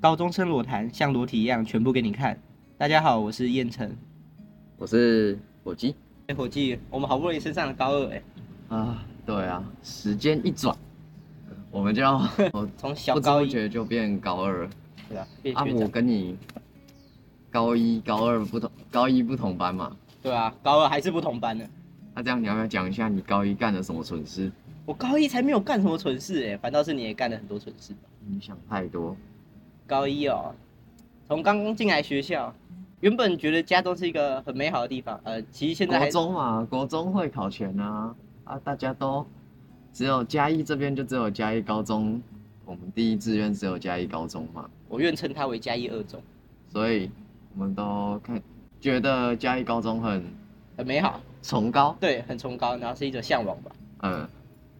高中生裸谈像裸体一样全部给你看。大家好，我是燕城。我是火鸡哎，伙计，我们好不容易升上了高二，哎，啊，对啊，时间一转，我们 就要我从小不知高不一，觉就变高二了。对吧？变啊，学我长，跟你高一、高二不同，高一不同班嘛。对啊，高二还是不同班呢。那、这样你要不要讲一下你高一干了什么蠢事？我高一才没有干什么蠢事，哎，反倒是你也干了很多蠢事吧。你想太多，高一哦，从刚刚进来学校，原本觉得家中是一个很美好的地方，呃，其实现在国还中嘛，国中会考前啊，啊，大家都只有嘉义这边就只有嘉义高中，我们第一志愿只有嘉义高中嘛，我愿称它为嘉义二中，所以我们都看觉得嘉义高中很很美好，崇高，对，很崇高，然后是一种向往吧。嗯，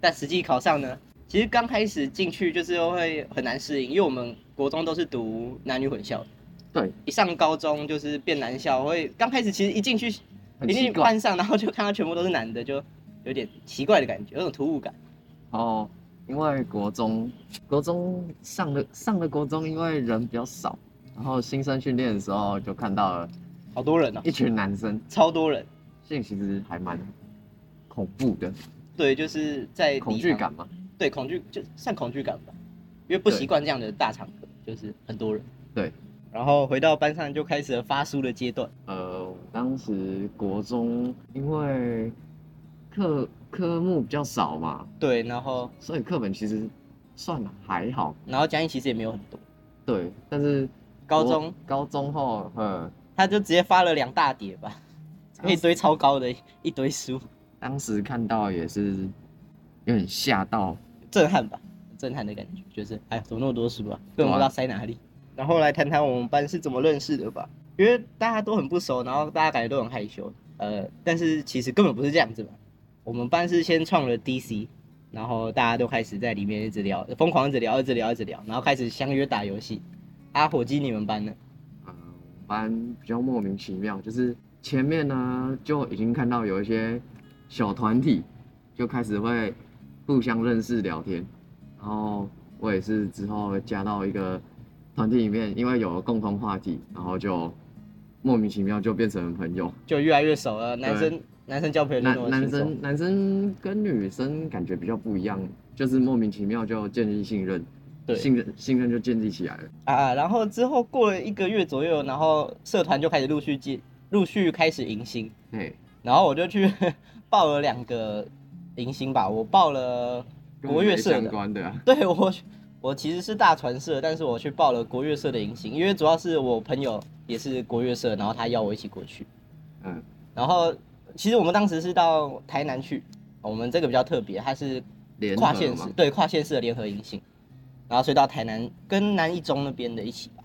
但实际考上呢，其实刚开始进去就是会很难适应，因为我们国中都是读男女混校的，对，一上高中就是变男校，会刚开始其实一进去很一进奇去怪班上，然后就看到全部都是男的，就有点奇怪的感觉，有种突兀感。哦。因为国中，国中上的上的国中，因为人比较少，然后新生训练的时候就看到了好多人哦，一群男生，超多人，这其实还蛮恐怖的，对，就是在礼堂恐惧，感嘛。对，恐惧就算恐惧感吧，因为不习惯这样的大场合，就是很多人。对，然后回到班上就开始了发书的阶段，呃，我当时国中因为课科目比较少嘛，对，然后所以课本其实算还好。然后讲义其实也没有很多，对，但是高国中高中后，嗯，他就直接发了两大叠 吧，当一堆超高的一堆书，当时看到也是有点吓到，震撼吧，震撼的感觉，就是哎，怎么那么多书啊，根本对啊不知道塞哪里。然后来谈谈我们班是怎么认识的吧，因为大家都很不熟，然后大家感觉都很害羞，呃，但是其实根本不是这样子嘛。我们班是先创了 DC，然后大家都开始在里面一直聊，疯狂一直聊，一直聊，一直聊，然后开始相约打游戏。啊，火鸡，你们班呢？嗯，我们班比较莫名其妙，就是前面呢就已经看到有一些小团体就开始会互相认识聊天，然后我也是之后加到一个团体里面，因为有了共同话题，然后就莫名其妙就变成了朋友。就越来越熟了，男生男生交朋友就那男么男轻松。生男生跟女生感觉比较不一样，就是莫名其妙就建立信任，对信任信任就建立起来了。啊，然后之后过了一个月左右，然后社团就开始陆续接，陆续开始迎新，对，然后我就去 报了两个迎新吧，我报了跟我国乐没社相的，关的啊、 对我我其实是大传社，但是我去报了国乐社的迎新，因为主要是我朋友也是国乐社，然后他邀我一起过去，嗯，然后其实我们当时是到台南去，我们这个比较特别，它是联合跨县市嘛，对跨县市的联合迎新，然后所以到台南跟南一中那边的一起吧。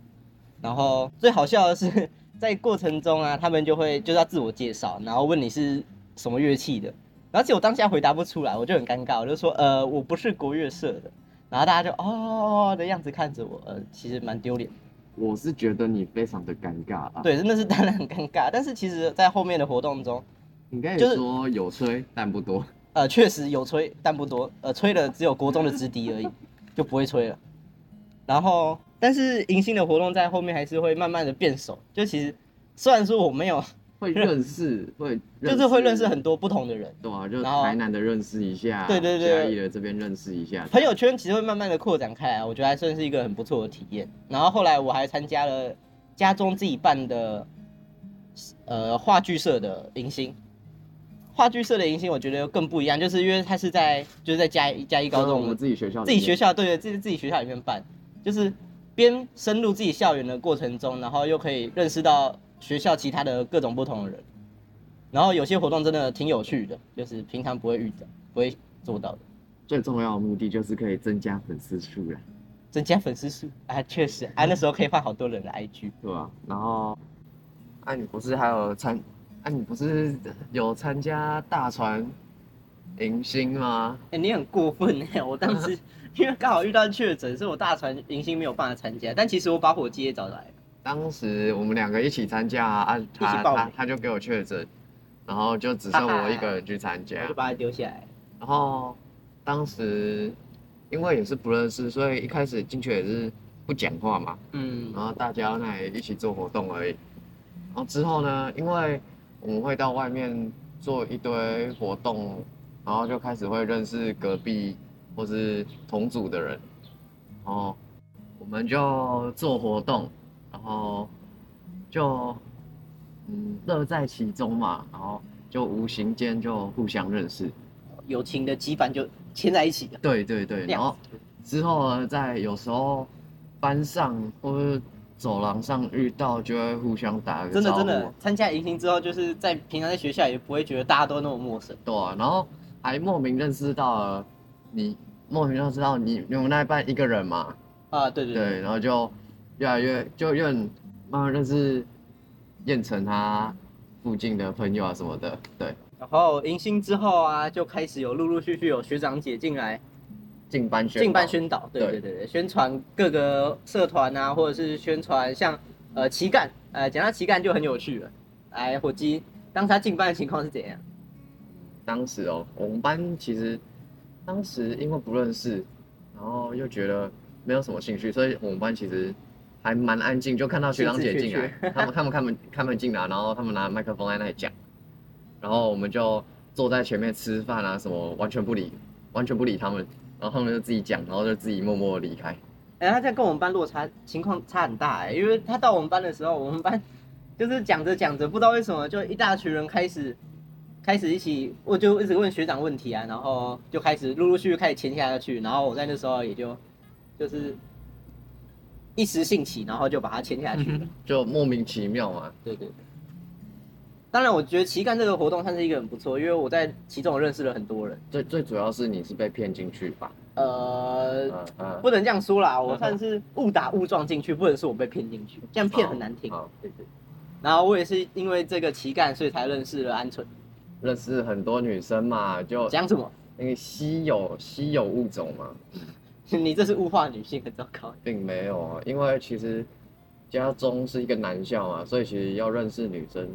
然后最好笑的是在过程中啊，他们就会就是要自我介绍，然后问你是什么乐器的，然后其实我当下回答不出来，我就很尴尬，我就说呃我不是国乐社的，然后大家就哦哦哦的样子看着我，呃其实蛮丢脸。我是觉得你非常的尴尬啊。，对，真的是当然很尴尬，但是其实在后面的活动中，你可以就是说有吹，但 不多。呃，确实有吹，但不多。呃，吹的只有国中的直笛而已，就不会吹了。然后，但是迎新的活动在后面还是会慢慢的变熟。就其实，虽然说我没有，会认识，会就是会 认识很多不同的人，多啊，就是然后台南的认识一下，对对对嘉义的这边认识一下，朋友圈其实会慢慢的扩展开来，我觉得还算是一个很不错的体验。然后后来我还参加了家中自己办的，呃，话剧社的迎新。话剧社的迎新，我觉得更不一样，就是因为它是在就是在嘉义嘉义高就是中，我们自己学校里自面，己学校对对，自己自己学校里面办，就是边深入自己校园的过程中，然后又可以认识到学校其他的各种不同的人，然后有些活动真的挺有趣的，就是平常不会遇到、不会做到的，最重要的目的就是可以增加粉丝数啦，增加粉丝数啊，确实啊，那时候可以换好多人的 IG，对吧、然后，啊，你不是还有参，啊，你不是有参加大船迎新吗？哎、你很过分哎、我当 时因为刚好遇到确诊，所以我大船迎新没有办法参加，但其实我把火鸡也找来了，当时我们两个一起参加啊，啊一他起报他名他就给我确诊，然后就只剩我一个人去参加我就，把它丢下来。然后当时因为也是不认识，所以一开始进去也是不讲话嘛，嗯然后大家那里一起做活动而已。然后之后呢，因为我们会到外面做一堆活动，然后就开始会认识隔壁或是同组的人，然后我们就做活动，然后就嗯乐在其中嘛，然后就无形间就互相认识。友情的羁绊就牵在一起了。对对对，这然后样子之后呢，在有时候班上或是走廊上遇到，就会互相打个真的招呼真的，参加迎新之后，就是在平常在学校也不会觉得大家都那么陌生。对啊、然后还莫名认识到了你，莫名认识到你，你们那一班一个人嘛，啊，对对对，对，然后就越来越就越嗯慢慢认识燕城他附近的朋友啊什么的，对，然后迎新之后啊，就开始有陆陆续续有学长姐进来进班宣进班导宣导，对对对对对，宣传各个社团啊，或者是宣传像呃旗杆，呃讲到旗杆就很有趣了。来，火鸡，当时他进班的情况是怎样？当时哦，我们班其实当时因为不认识，然后又觉得没有什么兴趣，所以我们班其实还蛮安静，就看到学长姐进来是，他们他们他们他们进来，然后他们拿麦克风在那里讲，然后我们就坐在前面吃饭啊什么，完全不理完全不理他们，然后他们就自己讲，然后就自己默默地离开。哎、他这样跟我们班落差情况差很大哎、因为他到我们班的时候，我们班 就是讲着讲着，不知道为什么就一大群人开始开始一起，我就一直问学长问题啊，然后就开始陆陆续续开始潜下去，然后我在那时候也就就是一时兴起，然后就把他潜下去了。就莫名其妙嘛，对对对。当然，我觉得旗杆这个活动算是一个很不错，因为我在其中我认识了很多人。最最主要是你是被骗进去吧？呃，嗯嗯，不能这样说啦，我算是误打误撞进去，不能说我被骗进去，这样骗很难听。好，好然后我也是因为这个旗杆，所以才认识了鹌鹑。认识很多女生嘛，就讲什么？ 那个稀有稀有物种嘛，你这是物化女性，很糟糕。并没有啊，因为其实家中是一个男校嘛，所以其实要认识女生，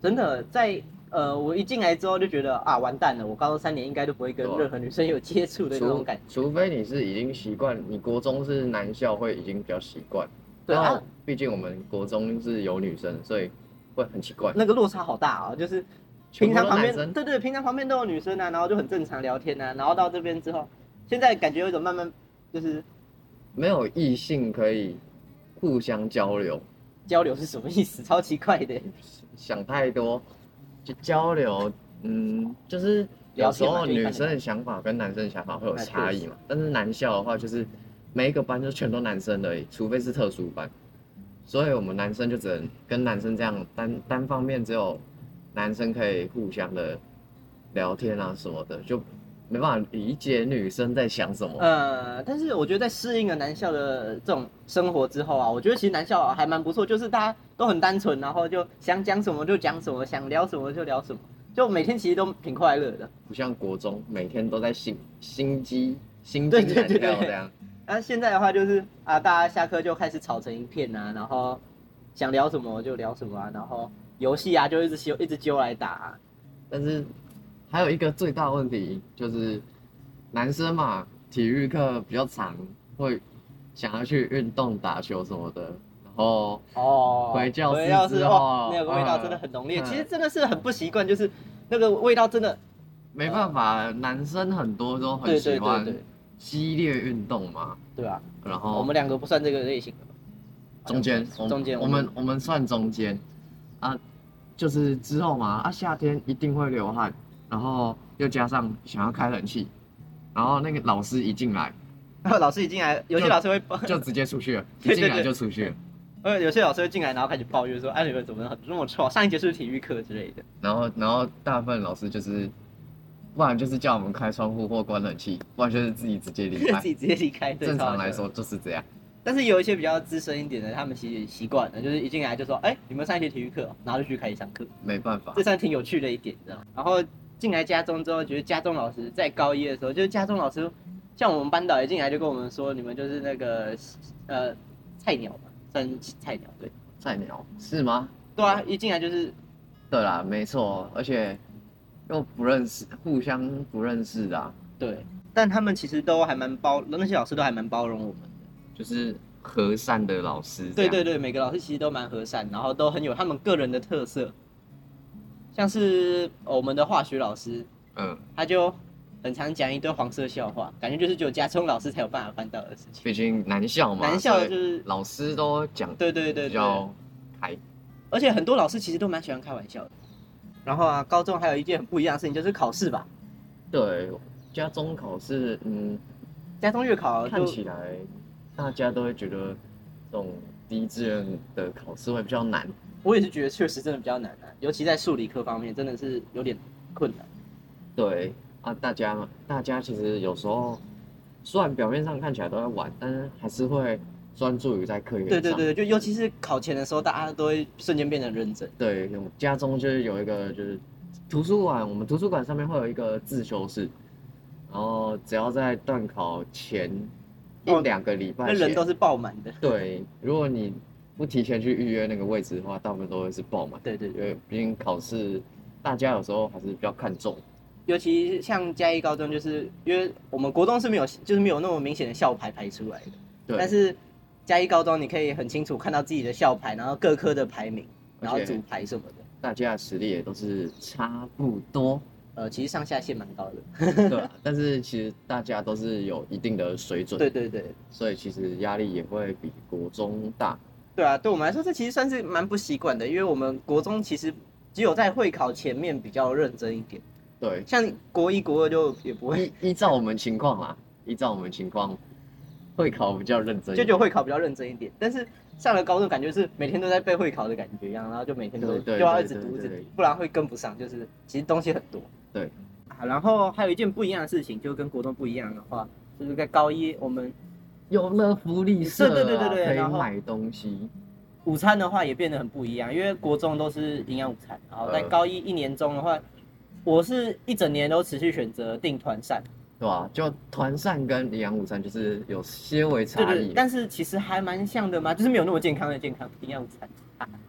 真的，在呃，我一进来之后就觉得啊，完蛋了，我高中三年应该都不会跟对啊任何女生有接触的那种除感觉。除非你是已经习惯，你国中是男校会已经比较习惯，对然后啊毕竟我们国中是有女生，所以会很奇怪，那个落差好大啊，就是平全部常都旁男边生对对，平常旁边都有女生啊，然后就很正常聊天啊，然后到这边之后，现在感觉有一种慢慢就是没有异性可以互相交流，交流是什么意思，超奇怪的。想太多，就交流，嗯，就是有时候女生的想法跟男生的想法会有差哎异嘛。但是男校的话，就是每一个班就全都男生而已，除非是特殊班，所以我们男生就只能跟男生这样单单方面，只有男生可以互相的聊天啊什么的，就没办法理解女生在想什么。呃，但是我觉得在适应了男校的这种生活之后啊，我觉得其实男校、啊、还蛮不错，就是大家都很单纯，然后就想讲什么就讲什么，想聊什么就聊什么，就每天其实都挺快乐的。不像国中每天都在心心机心对机对难对料对这样。那、现在的话就是啊，大家下课就开始吵成一片啊，然后想聊什么就聊什么啊，然后游戏啊就一直揪一直揪来打、啊。但是还有一个最大问题就是，男生嘛，体育课比较长，会想要去运动、打球什么的，然后哦，回教室回教室之哦后，那个味道真的很浓烈，嗯其实真的是很不习惯，就是那个味道真的，没办法，男生很多都很对对喜对欢对，激烈运动嘛，对啊吧、然哦我后们两个不算这个类型的吧，中间好像中间我们我们算中间啊，就是之后嘛啊，夏天一定会流汗，然后又加上想要开冷气，然后那个老师一进来然后老师一进来，有些就老师会 抱，就直接出 去了，对一进对对来就出去了。呃，有些老师会进来，然后开始抱怨说：“哎，你们怎么那么臭？上一节是不是体育课之类的然后然后大部分老师就是，不然就是叫我们开窗户或关冷气，不然就是自己直接离？”开 自。己直接离开。对正常来，超好笑说就是这样，但是有一些比较资深一点的，他们其实习惯了，就是一进来就说：“哎，你们上一节体育课哦，然后就去开始上课。”没办法这。算挺有趣的一点，你知道吗？然后进来家中之后，觉得家中老师在高一的时候，就是家中老师，像我们班导一进来就跟我们说：“你们就是那个呃菜鸟嘛，算是菜鸟对。”菜鸟是吗？对啊，一进来就是对啦，没错，而且又不认识，互相不认识的啊、对，但他们其实都还蛮包，那些老师都还蛮包容我们的。就是和善的老师。对对，对，每个老师其实都蛮和善，然后都很有他们个人的特色。像是哦我们的化学老师，嗯，他就很常讲一堆黄色笑话，感觉就是只有家聪老师才有办法办到的事情。毕竟男校嘛，男校所以就是老师都讲对对对比对，较开，而且很多老师其实都蛮喜欢开玩笑的。然后啊，高中还有一件很不一样的事情，就是考试吧。对，家中考试，嗯，家中月考看就起来大家都会觉得这种第一志愿的考试会比较难，我也是觉得确实真的比较难啊，尤其在数理科方面真的是有点困难。对啊，大家大家其实有时候虽然表面上看起来都在玩，但是还是会专注于在课业对上。对对，就尤其是考前的时候，大家都会瞬间变得认真。对，我们家中就是有一个就是图书馆，我们图书馆上面会有一个自修室，然后只要在段考前一哦两个礼那拜人前都是爆满的。对，如果你不提前去预约那个位置的话，大部分都会是爆满，对对因对，为毕竟考试大家有时候还是比较看重。尤其像嘉义高中，就是因为我们国中是没有，就是没有那么明显的校牌排出来的，对，但是嘉义高中你可以很清楚看到自己的校牌，然后各科的排名，而然后且组排什么的。大家的实力也都是差不 多。呃，其实上下限蛮高的。对啊，但是其实大家都是有一定的水准，对对对，所以其实压力也会比国中大。对啊，对我们来说这其实算是蛮不习惯的，因为我们国中其实只有在会考前面比较认真一点，对，像国一国二就也不会，依依照我们情况啦，依照我们情况，会考比较认真一就点，就会考比较认真一点，但是上了高中感觉是每天都在背会考的感觉一样，然后就每天都对对就要一直对读，一对直对读，不然会跟不上，就是其实东西很多。对啊，然后还有一件不一样的事情，就跟国中不一样的话，就是在高一我们有了福利社、啊，对对对对对可然以后买东西，午餐的话也变得很不一样，因为国中都是营养午餐，然后在呃高一一年中的话，我是一整年都持续选择订团膳，对吧、就团膳跟营养午餐就是有些微对差对，异对，但是其实还蛮像的嘛，就是没有那么健康的健康营养午餐。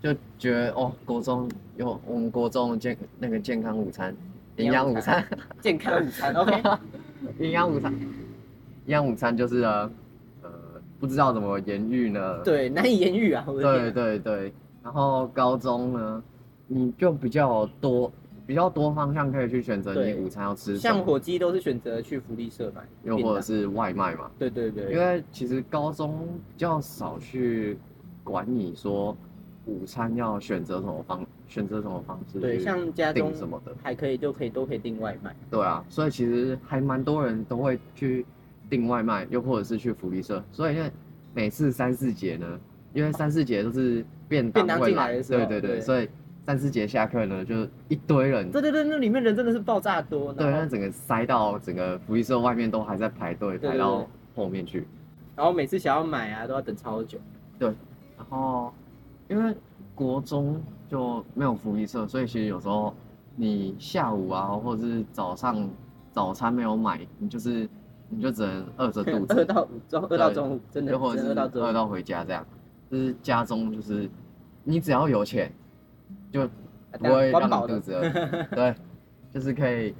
就觉得哦，国中有我们国中健那个健康午餐、营营养养午午餐餐。健康午餐 ，OK，营养午餐，营养午餐就是呢，呃，不知道怎么言喻呢。对，难以言喻啊，我的天对啊对对然后高中呢，你就比较多比较多方向可以去选择对你午餐要吃什像么，火啊鸡都是选择去福利社买，又便或者当是外卖嘛。对对对，因为其实高中比较少去管你说午餐要选择什么方选择什么方式对去像家中订什么的，还可以就可以都可以订外卖，对啊，所以其实还蛮多人都会去订外卖，又或者是去福利社。所以现在每次三四节呢，因为三四节都是便当便当会进来的时候对对对，对所以三四节下课呢，就一堆人，对对对，那里面人真的哦是爆炸多，对，啊然那后整个塞到整个福利社外面都还在排队，对排对到后面去。然后每次想要买啊都要等超久，然后因为国中就没有福利社，所以其实有时候你下午啊，或者是早上早餐没有买，你就是你就只能饿 着肚子饿，到午中饿到中午，真的又或真者的是饿到中午饿。到回家这样，就是家中就是你只要有钱，就不会让你肚 子饿，对，就是可以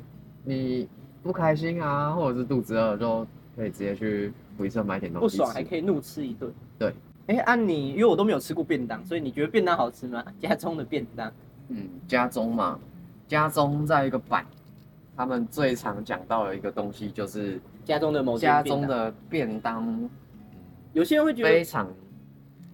你不开心啊，或者是肚子饿就可以直接去福利社买点东不西爽还吃。可以怒吃一顿。对，哎、按、你，因为我都没有吃过便当，所以你觉得便当好吃吗？ 家中的便当，嗯，家中嘛，家中在一个板，他们最常讲到的一个东西就是家中的某间家便中当，的便当有些人会觉非得常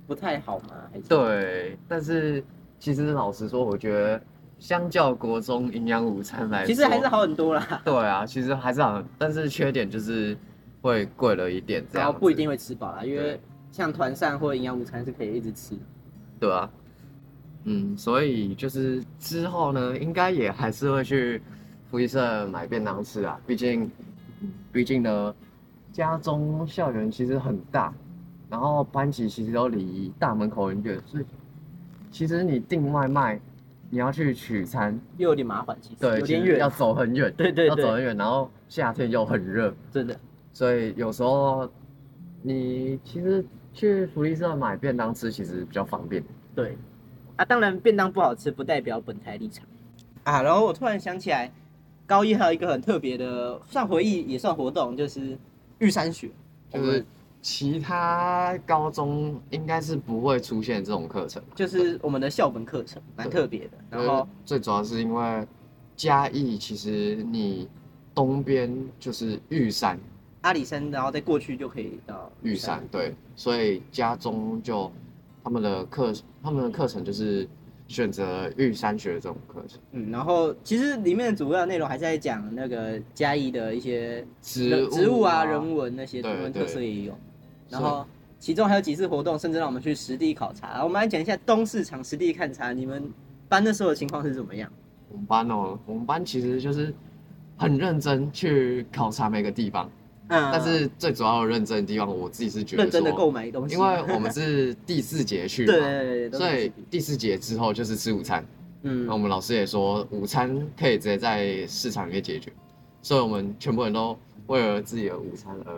不太好嘛，还是对，但是其实老实说，我觉得相较国中营养午餐来说，其实还是好很多啦，对啊，其实还是好，但是缺点就是会贵了一点，这然样后子不一定会吃饱啦，因为对像团膳或营养午餐是可以一直吃。对啊，嗯，所以就是之后呢，应该也还是会去福利社买便当吃啊，毕竟，毕竟呢，家中校园其实很大，然后班级其实都离大门口很远，所以其实你订外卖，你要去取餐，又有点麻烦，其实对，有其点实远要，走很远，对对要走对很远，然后夏天又很热，真的。所以有时候你其实去福利社买便当吃其实比较方便。对，啊，当然便当不好吃不代表本台立场啊。然后我突然想起来，高一还有一个很特别的，算回忆也算活动，就是玉山雪，就是其他高中应该是不会出现这种课程。就是我们的校本课程蛮特别的，然呃后最主要是因为嘉义，其实你东边就是玉山，阿里山，然后再过去就可以到玉山对，所以家中就他们的课，他们的课程就是选择玉山学这种课程，嗯，然后其实里面的主要内容还是在讲那个嘉义的一些植物物啊、啊人文那些，对人文对特色也有。然所以后其中还有几次活动，甚至让我们去实地考察。我们来讲一下东市场实地勘察，你们班那时候的情况是怎么样？我们班哦，我们班其实就是很认真去考察每个地方，嗯，但是最主要的认真的地方，我自己是觉得认真的说购买东西，因为 我们是第四节去对 嘛，对对对，都是所以实地第四节之后就是吃午餐。那我嗯，们老师也说，午餐可以直接在市场里面解决，所以我们全部人都为了自己的午餐而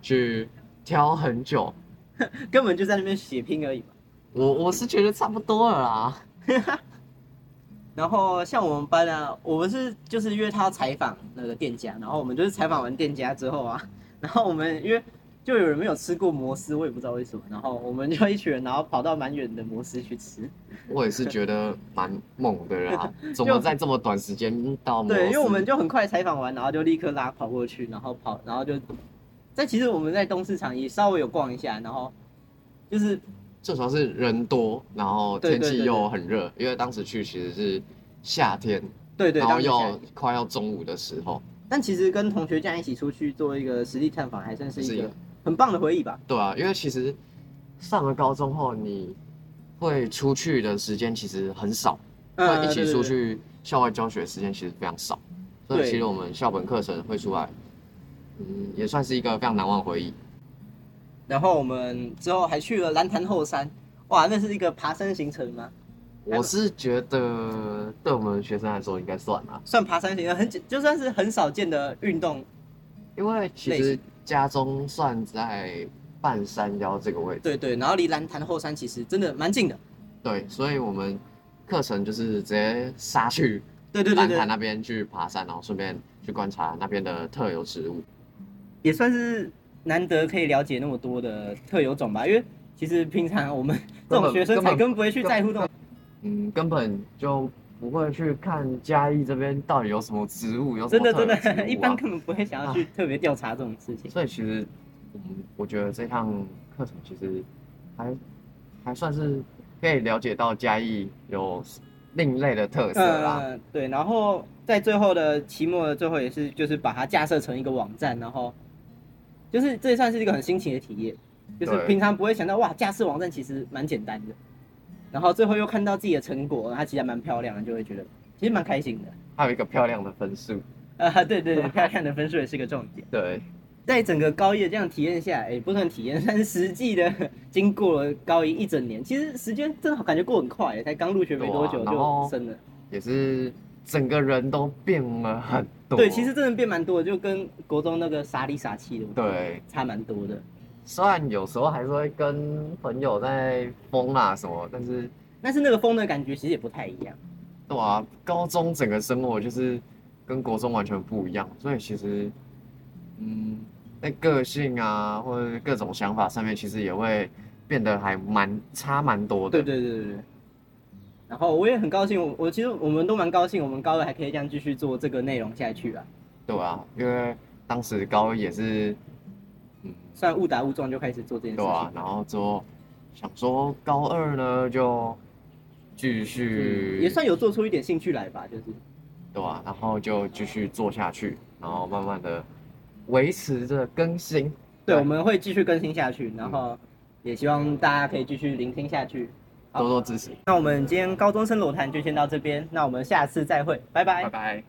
去挑很久。根本就在那边血拼而已嘛。我我是觉得差不多了啦，然后像我们班啊，我们是就是约他采访那个店家，然后我们就是采访完店家之后啊， 然后我们因为就有人没有吃过摩斯，我也不知道为什么，然后我们就一群人，然后跑到蛮远的摩斯去吃。我也是觉得蛮猛的啦，怎么在这么短时间到摩斯？对，因为我们就很快采访完，然后就立刻拉跑过去，然后跑，然后就，但其实我们在东市场也稍微有逛一下，然后就是最主要是人多，然后对对天气对又很热，因为当时去其实是夏天，对对，然后当时又快要中午的时候，但其实跟同学这样一起出去做一个实地探访，还算是是一一个个很棒的回忆吧。对啊，因为其实上了高中后，你会出去的时间其实很少，会一啊对起对嗯出对去校外教学的时间其实非常少，所对以其实我们校本课程会出来，嗯，也算是一个非常难忘的回忆。然后我们之后还去了蓝潭后山，哇，那是一个爬山行程吗？还有我是觉得对我们学生来说应该算啦，算爬山行程，很就算是很少见的运动。因为其类实家中算在半山腰这个位置，对对，然后离蓝潭后山其实真的蛮近的。对，所以我们课程就是直接杀去对对对蓝潭对，那边去爬山，然后顺便去观察那边的特有植物。也算是难得可以了解那么多的特有种吧，因为其实平常我们这种学生才根本不会去在乎这种。嗯，根本就不会去看嘉义这边到底有什么植物，有什真么的特真有植物的，啊一般根本不会想要去特别调查这种事 情。所以其实，嗯，我觉得这项课程其实还还算是可以了解到嘉义有另类的特色啦。嗯，对，然后在最后的期末的最后也是，就是把它架设成一个网站，然后就是这算是一个很新奇的体验，就是对平常不会想到哇，架设网站其实蛮简单的，然后最后又看到自己的成果，它其实还蛮漂亮的，就会觉得其实蛮开心的。还有一个漂亮的分数，啊，对对对，漂亮的分数也是个重点。对，在整个高一的这样体验下来，也不算体验，但是实际的经过了高一一整年，其实时间真的感觉过很快，才刚入学没多久对啊然后就升了。也是整个人都变了很多。对，其实真的变蛮多的，就跟国中那个傻里傻气的，，对，差蛮多的。虽然有时候还是会跟朋友在疯啊什么，但是但是那个风的感觉其实也不太一样。对啊，高中整个生活就是跟国中完全不一样，所以其实，嗯，在个性啊或者各种想法上面，其实也会变得还蛮差蛮多对的。对对对对。然后我也很高兴，我我其实我们都蛮高兴，我们高二还可以这样继续做这个内容下去啊，对啊，因为当时高一也是，嗯，算误打误撞就开始做这件事对情。啊，然后之后想说高二呢就继续、嗯，也算有做出一点兴趣来吧，就是对啊，然后就继续做下去，然后慢慢的维持着更新。对，对我们会继续更新下去，然后也希望大家可以继续聆听下去。好多多支持，那我们今天高中生裸谈就先到这边，那我们下次再会，拜拜拜拜。